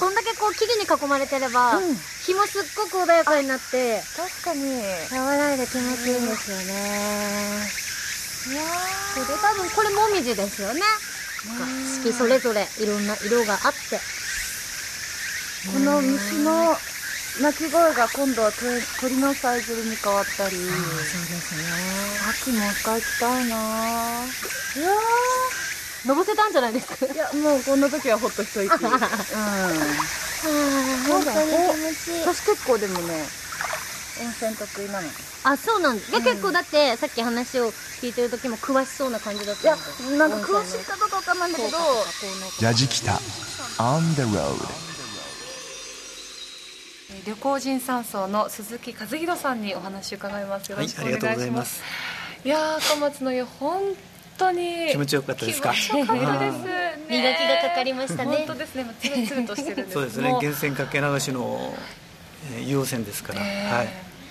S15: こんだけこう木々に囲まれてれば、日もすっごく穏やかになって確かに和らいで気持ちいいんですよね、いやそれで多分これもみじですよね四季それぞれいろんな色があって
S5: この虫の鳴き声が今度は鳥鳥のさえずりに変わったりそうですね秋もう一回来たいなぁいやー登せたんじゃないですかいやもうこんな時はほっと一息うん本
S15: そうだね
S5: 私結構でもね温泉得意なの
S15: あそうなんです、で結構だってさっき話を聞いてる時も詳しそうな感じだったいや
S5: なんか詳しいかどうかわかんないんだけど
S3: ヤジキタ on the road.
S14: 旅行人山荘の鈴木和弘さんにお話伺いますよろしくお願いします,、い、
S16: す。
S14: やー赤松の湯本当に
S16: 気持ちよかったですか
S14: 気持ちよかった
S16: [laughs]
S14: ですね
S15: 磨きがかかりましたね
S14: 本当ですねもうツルツルとしてるんです
S16: [laughs] そうです
S14: も
S16: ね。源泉かけ流しのえー湯温泉ですから、はい。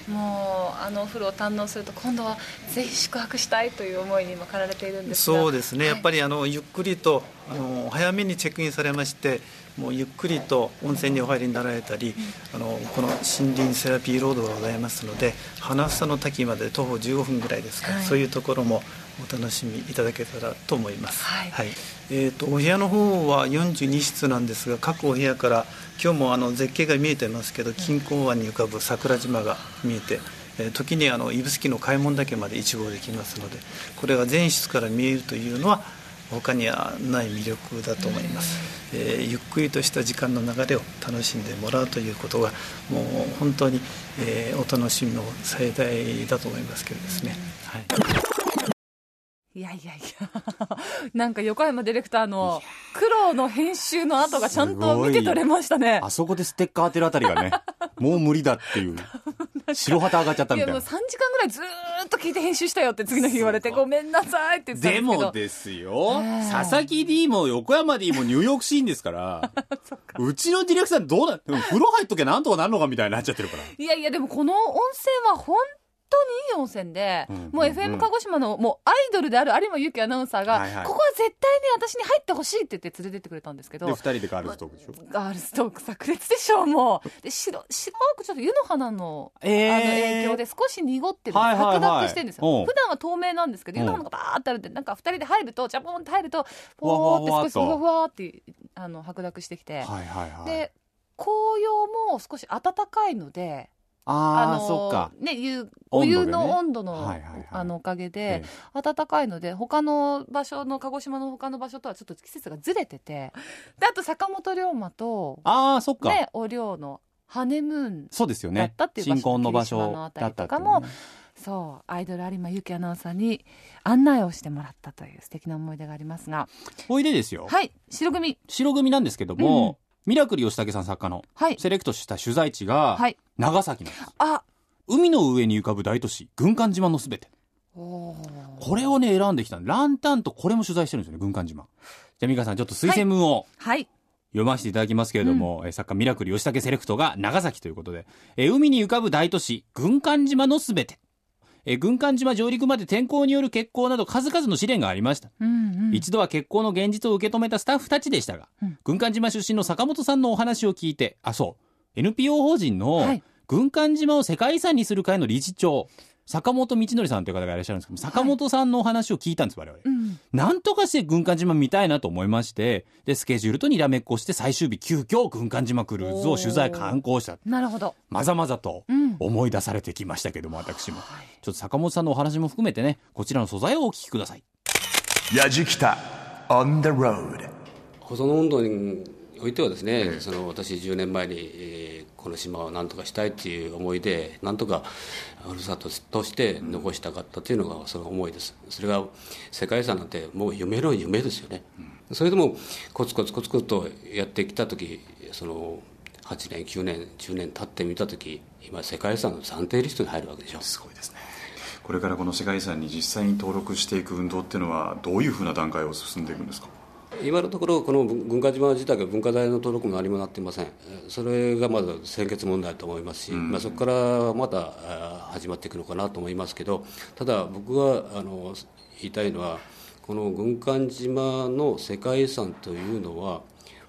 S14: もうあのお風呂を堪能すると今度はぜひ宿泊したいという思いに今駆られているんですが
S16: そうですね。やっぱりあのゆっくりとあの早めにチェックインされまして。もうゆっくりと温泉にお入りになられたり、あのこの森林セラピーロードがございますので花房の滝まで徒歩15分ぐらいですから、
S14: はい
S16: そういうところもお楽しみいただけたらと思います、
S14: はい
S16: えー、とお部屋の方は42室なんですが各お部屋から今日もあの絶景が見えてますけど錦江湾に浮かぶ桜島が見えて、えー時にあの指宿の開門岳まで一望できますのでこれが全室から見えるというのは他にはない魅力だと思います、えーゆっくりとした時間の流れを楽しんでもらうということがもう本当に、えーお楽しみの最大だと思いますけどですね、はい
S2: いやいやいや、 [laughs] なんか横山ディレクターの苦労の編集の後がちゃんと見て取れましたね。
S1: あそこでステッカー当てるあたり
S2: [laughs]
S1: がね、もう無理だっていう。白旗上がっちゃった
S2: い
S1: み
S2: や
S1: たい
S2: もう
S1: な
S2: 3。時間ぐらいずーっと聞いて編集したよって次の日言われてごめんなさいって言ってたんで
S1: です
S2: けど
S1: もですよ、
S2: ええ
S1: 佐々木 D も横山 D もニューヨークシーンで
S2: [laughs]
S1: すから、うちのディレクターどうなって、風呂入っときゃなんとかなるのかみたいになっちゃってるから。
S2: いやいやでもこの温泉は本当にいい温泉で、もう FM 鹿児島のもうアイドルである有馬由紀アナウンサーが、
S1: はいはい
S2: ここは絶対ね私に入ってほしいって言って連れてってくれたんですけど
S1: で、二人でガールズトークでしょ。
S2: ガールストーク炸裂でしょうもうで白白くちょっと湯の花の,、
S1: えー
S2: あの影響で少し濁ってる
S1: はいはいはい
S2: 白濁してるんですよ、
S1: うん
S2: 普段は透明なんですけど湯の花がバーってあるんでなんか二人で入るとジャポンって入ると
S1: わ
S2: ポ
S1: わ
S2: ー
S1: わわ
S2: っ
S1: っと
S2: て少しふわふわってあの白濁してきて、
S1: はいはいはい。
S2: で紅葉も少し暖かいので
S1: あー
S2: の
S1: そっか
S2: ね、湯お
S1: 温度
S2: 湯
S1: でね
S2: の温度の,、
S1: はいはいはい
S2: あのおかげ
S1: え
S2: で
S1: え、
S2: 暖かいので他の場所の鹿児島の他の場所とはちょっと季節がずれててであと坂本龍馬と
S1: ああ、そっか。
S2: ね、お龍のハネムーン
S1: そうですよ
S2: だっ
S1: ね
S2: たって。いう場所
S1: 新婚の場所
S2: 霧島のあた
S1: だ
S2: り
S1: った
S2: と
S1: ってい
S2: か
S1: うね
S2: も、そうアイドル有馬由紀アナウンサーに案内をしてもらったという素敵な思い出がありますが
S1: おいでですよ。
S2: はい白組
S1: 白組なんですけども、ミラクル吉武さん作家の、セレクトした取材地が、
S2: はい
S1: 長崎なんです。
S2: あ
S1: 海の上に浮かぶ大都市、軍艦島のすべて。これをね、選んできたのランタンとこれも取材してるんですよね、軍艦島。じゃあ、美香さん、ちょっと推薦文を
S2: はい
S1: 読ませていただきますけれども、えー作家ミラクル吉武セレクトが長崎ということで、えー海に浮かぶ大都市、軍艦島のすべて。えー軍艦島上陸まで天候による欠航など数々の試練がありました。
S2: うん
S1: 一度は結婚の現実を受け止めたスタッフたちでしたが、軍艦島出身の坂本さんのお話を聞いてあそう NPO 法人の軍艦島を世界遺産にする会の理事長坂本道則さんという方がいらっしゃるんですけど坂本さんのお話を聞いたんです我々、
S2: うん
S1: なんとかして軍艦島見たいなと思いましてでスケジュールとにらめっこして最終日急遽軍艦島クルーズを取材観光した
S2: なるほど。
S1: まざまざと
S2: うん
S1: 思い出されてきましたけども私もちょっと坂本さんのお話も含めてねこちらの素材をお聞きください
S17: やじきた on the road
S18: 保存運動においてはですね、その私10年前に、えーこの島を何とかしたいっていう思いで何とかふるさととして残したかったというのがその思いですそれが世界遺産なんてもう夢の夢ですよね、それでもコツコツコツコツとやってきた時その8年9年10年経ってみた時今世界遺産の暫定リストに入るわけでしょすごいですね
S19: これからこの世界遺産に実際に登録していく運動っていうのはどういうふうな段階を進んでいくんですか
S18: 今のところ、この文化島自体が文化財の登録も何もなっていません、えーそれがまず先決問題だと思いますし、まあ、そこからまたあー始まっていくのかなと思いますけど、ただ、僕があの言いたいのは、この軍艦島の世界遺産というのは、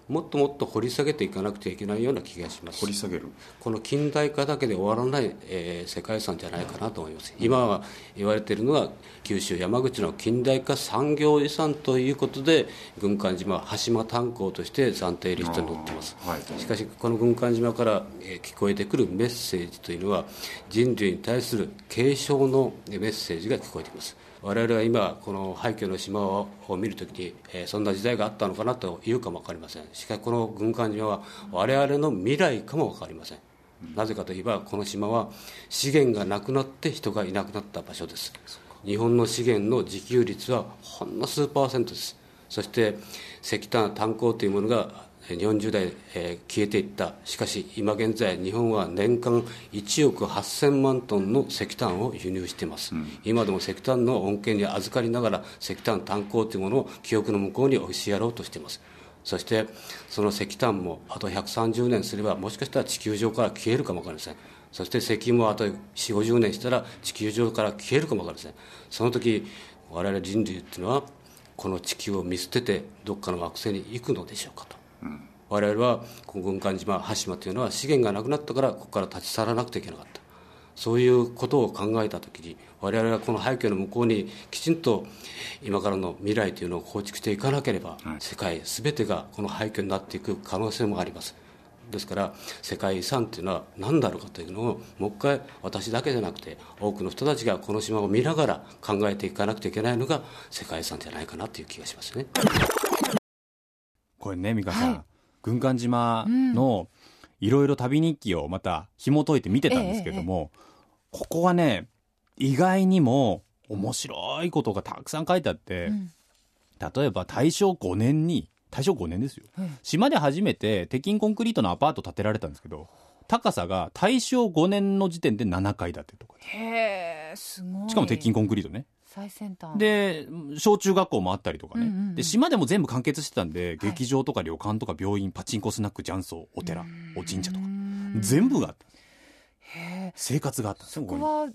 S18: もっともっと掘り下げていかなくてはいけないような気がします掘り下げるこの近代化だけで終わらない、えー世界遺産じゃないかなと思います今は言われているのは九州山口の近代化産業遺産ということで軍艦島は端島炭鉱として暫定リストに載っています、しかしこの軍艦島からえー聞こえてくるメッセージというのは人類に対する警鐘のメッセージが聞こえてきます我々は今この廃墟の島を見るときに、えーそんな時代があったのかなというかも分かりませんしかしこの軍艦島は我々の未来かも分かりませんなぜかといえばこの島は資源がなくなって人がいなくなった場所です日本の資源の自給率はほんの数パーセントですそして石炭炭鉱というものがえー40代、えー消えていったしかし今現在日本は年間1億8000万トンの石炭を輸入しています、今でも石炭の恩恵に預かりながら石炭炭鉱というものを記憶の向こうに押しやろうとしていますそしてその石炭もあと130年すればもしかしたら地球上から消えるかもわかりませんそして石油もあと4 5 0年したら地球上から消えるかもわかりませんその時我々人類っていうのはこの地球を見捨ててどっかの惑星に行くのでしょうかと我々はこの軍艦島端島というのは資源がなくなったからここから立ち去らなくてはいけなかったそういうことを考えた時に我々はこの廃墟の向こうにきちんと今からの未来というのを構築していかなければ、世界全てがこの廃墟になっていく可能性もありますですから世界遺産というのは何だろうかというのをもう一回私だけじゃなくて多くの人たちがこの島を見ながら考えていかなくてはいけないのが世界遺産じゃないかなという気がしますね。
S1: これね美香さん、軍艦島のいろいろ旅日記をまた紐解いて見てたんですけども、ここはね意外にも面白いことがたくさん書いてあって、例えば大正5年に大正5年ですよ島で初めて鉄筋コンクリートのアパート建てられたんですけど高さが大正5年の時点で7階建てとか
S2: へえ、すごい。
S1: しかも鉄筋コンクリートね
S2: 最先端。
S1: で小中学校もあったりとかね、
S2: うんうんうん
S1: で島でも全部完結してたんで、劇場とか旅館とか病院パチンコスナック雀荘お寺お神社とか全部があった生活があったんですよこ
S2: こ
S1: こ
S2: こ
S1: に
S2: は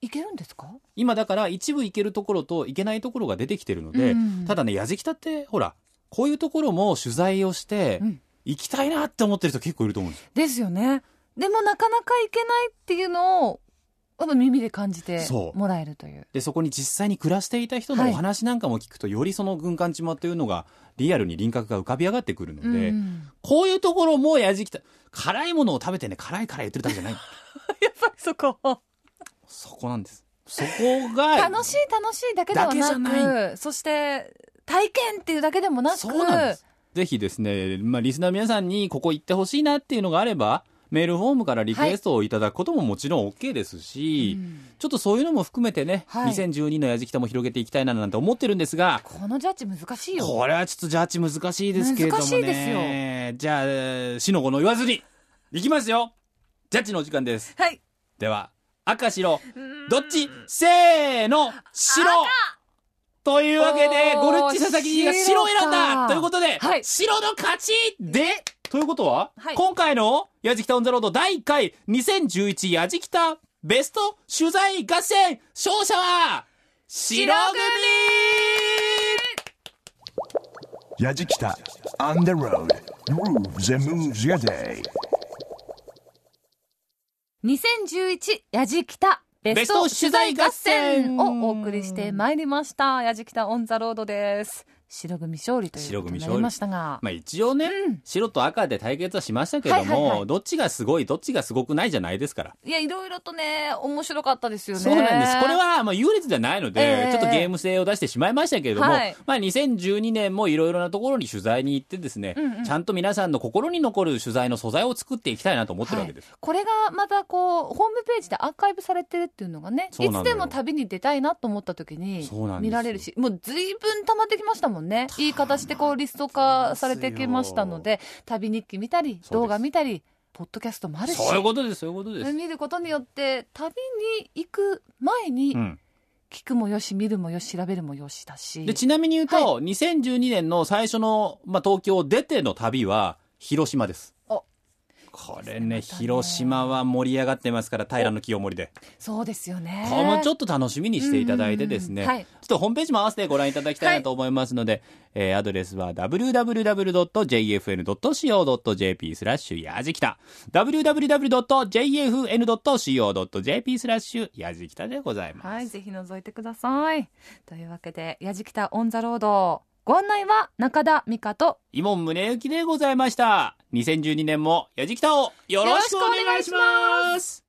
S2: 行けるんですか
S1: 今だから一部行けるところと行けないところが出てきてるので、
S2: うん
S1: ただねやじきたってほらこういうところも取材をして、行きたいなって思ってる人結構いると思うんですよ
S2: ですよね。でもなかなか行けないっていうのを、やっぱ耳で感じて
S1: そう
S2: もらえるという。
S1: でそこに実際に暮らしていた人のお話なんかも聞くと、よりその軍艦島というのがリアルに輪郭が浮かび上がってくるので、
S2: うん
S1: こういうところもやじきた辛いものを食べてね辛い辛い言ってるだけじゃないやっ
S2: ぱりそこ
S1: そこなんですそこが
S2: 楽しい楽しいだけでは
S1: だけじゃ
S2: な
S1: な
S2: く、そして体験っていうだけでもなく、
S1: そうなんですぜひですね、まあ、リスナーの皆さんにここ行ってほしいなっていうのがあればメールフォームからリクエストをいただくことももちろん OK ですし、ちょっとそういうのも含めてね、
S2: はい
S1: 2012のやじきたも広げていきたいななんて思ってるんですが
S2: このジャッジ難しいよ。
S1: これはちょっとジャッジ難しいですけれどもね。
S2: 難しいですよ
S1: じゃあ、しのこの言わずに、いきますよジャッジのお時間です。
S2: はい。
S1: では、赤白、どっちせーの白というわけで、
S20: おー
S1: ゴルッチ佐々木が白を選ん
S20: 白
S1: だ
S20: か
S1: ということで、白の勝ちで、ということは、
S20: はい
S1: 今回のやじきたオンザロード第1回2011やじきたベスト取材合戦勝者は白
S3: ヤジキタ On the road Grooves and moves your day
S2: 2011やじきたベスト取材合戦をお送りしてまいりましたやじきたオンザロードです白組勝利ということになりましたが
S1: まあ一応ね、白と赤で対決はしましたけど
S2: はい
S1: も、
S2: はいはい
S1: どっちがすごいどっちがすごくないじゃないですから
S2: いやいろいろとね面白かったですよね
S1: そうなんです。これはまあ優劣じゃないので、
S2: ええ
S1: ちょっとゲーム性を出してしまいましたけれども、
S2: はい
S1: まあ2012年もいろいろなところに取材に行ってですね、
S2: うんうん
S1: ちゃんと皆さんの心に残る取材の素材を作っていきたいなと思ってるわけです。
S2: これがまたこうホームページでアーカイブされてるっていうのがね
S1: そう
S2: い
S1: なのよ
S2: つでも旅に出たいなと思った時に
S1: そうなんです
S2: 見られるしもう随分溜まってきましたもんねいい形でこうリスト化されてきましたので旅日記見たり動画見たりポッドキャストもあるし
S1: そういうことです、そういうことです。
S2: 見ることによって旅に行く前に
S1: うん
S2: 聞くもよし見るもよし調べるもよしだし
S1: でちなみに言うと、2012年の最初の、まあ、東京を出ての旅は広島です。
S2: お
S1: これね広島は盛り上がってますから平の清盛で。
S2: そうですよね
S1: これもちょっと楽しみにしていただいてですね、
S2: うんうんはい
S1: ちょっとホームページも合わせてご覧いただきたいなと思いますので、えーアドレスは www.jfn.co.jp スラッシュやじきた www.jfn.co.jp スラッシュやじきたでございます
S2: はい、ぜひ覗いてください。というわけで、やじきたオンザロード。ご案内は中田美香と
S1: 伊門宗行でございました2012年もやじきたをよろしくお願いします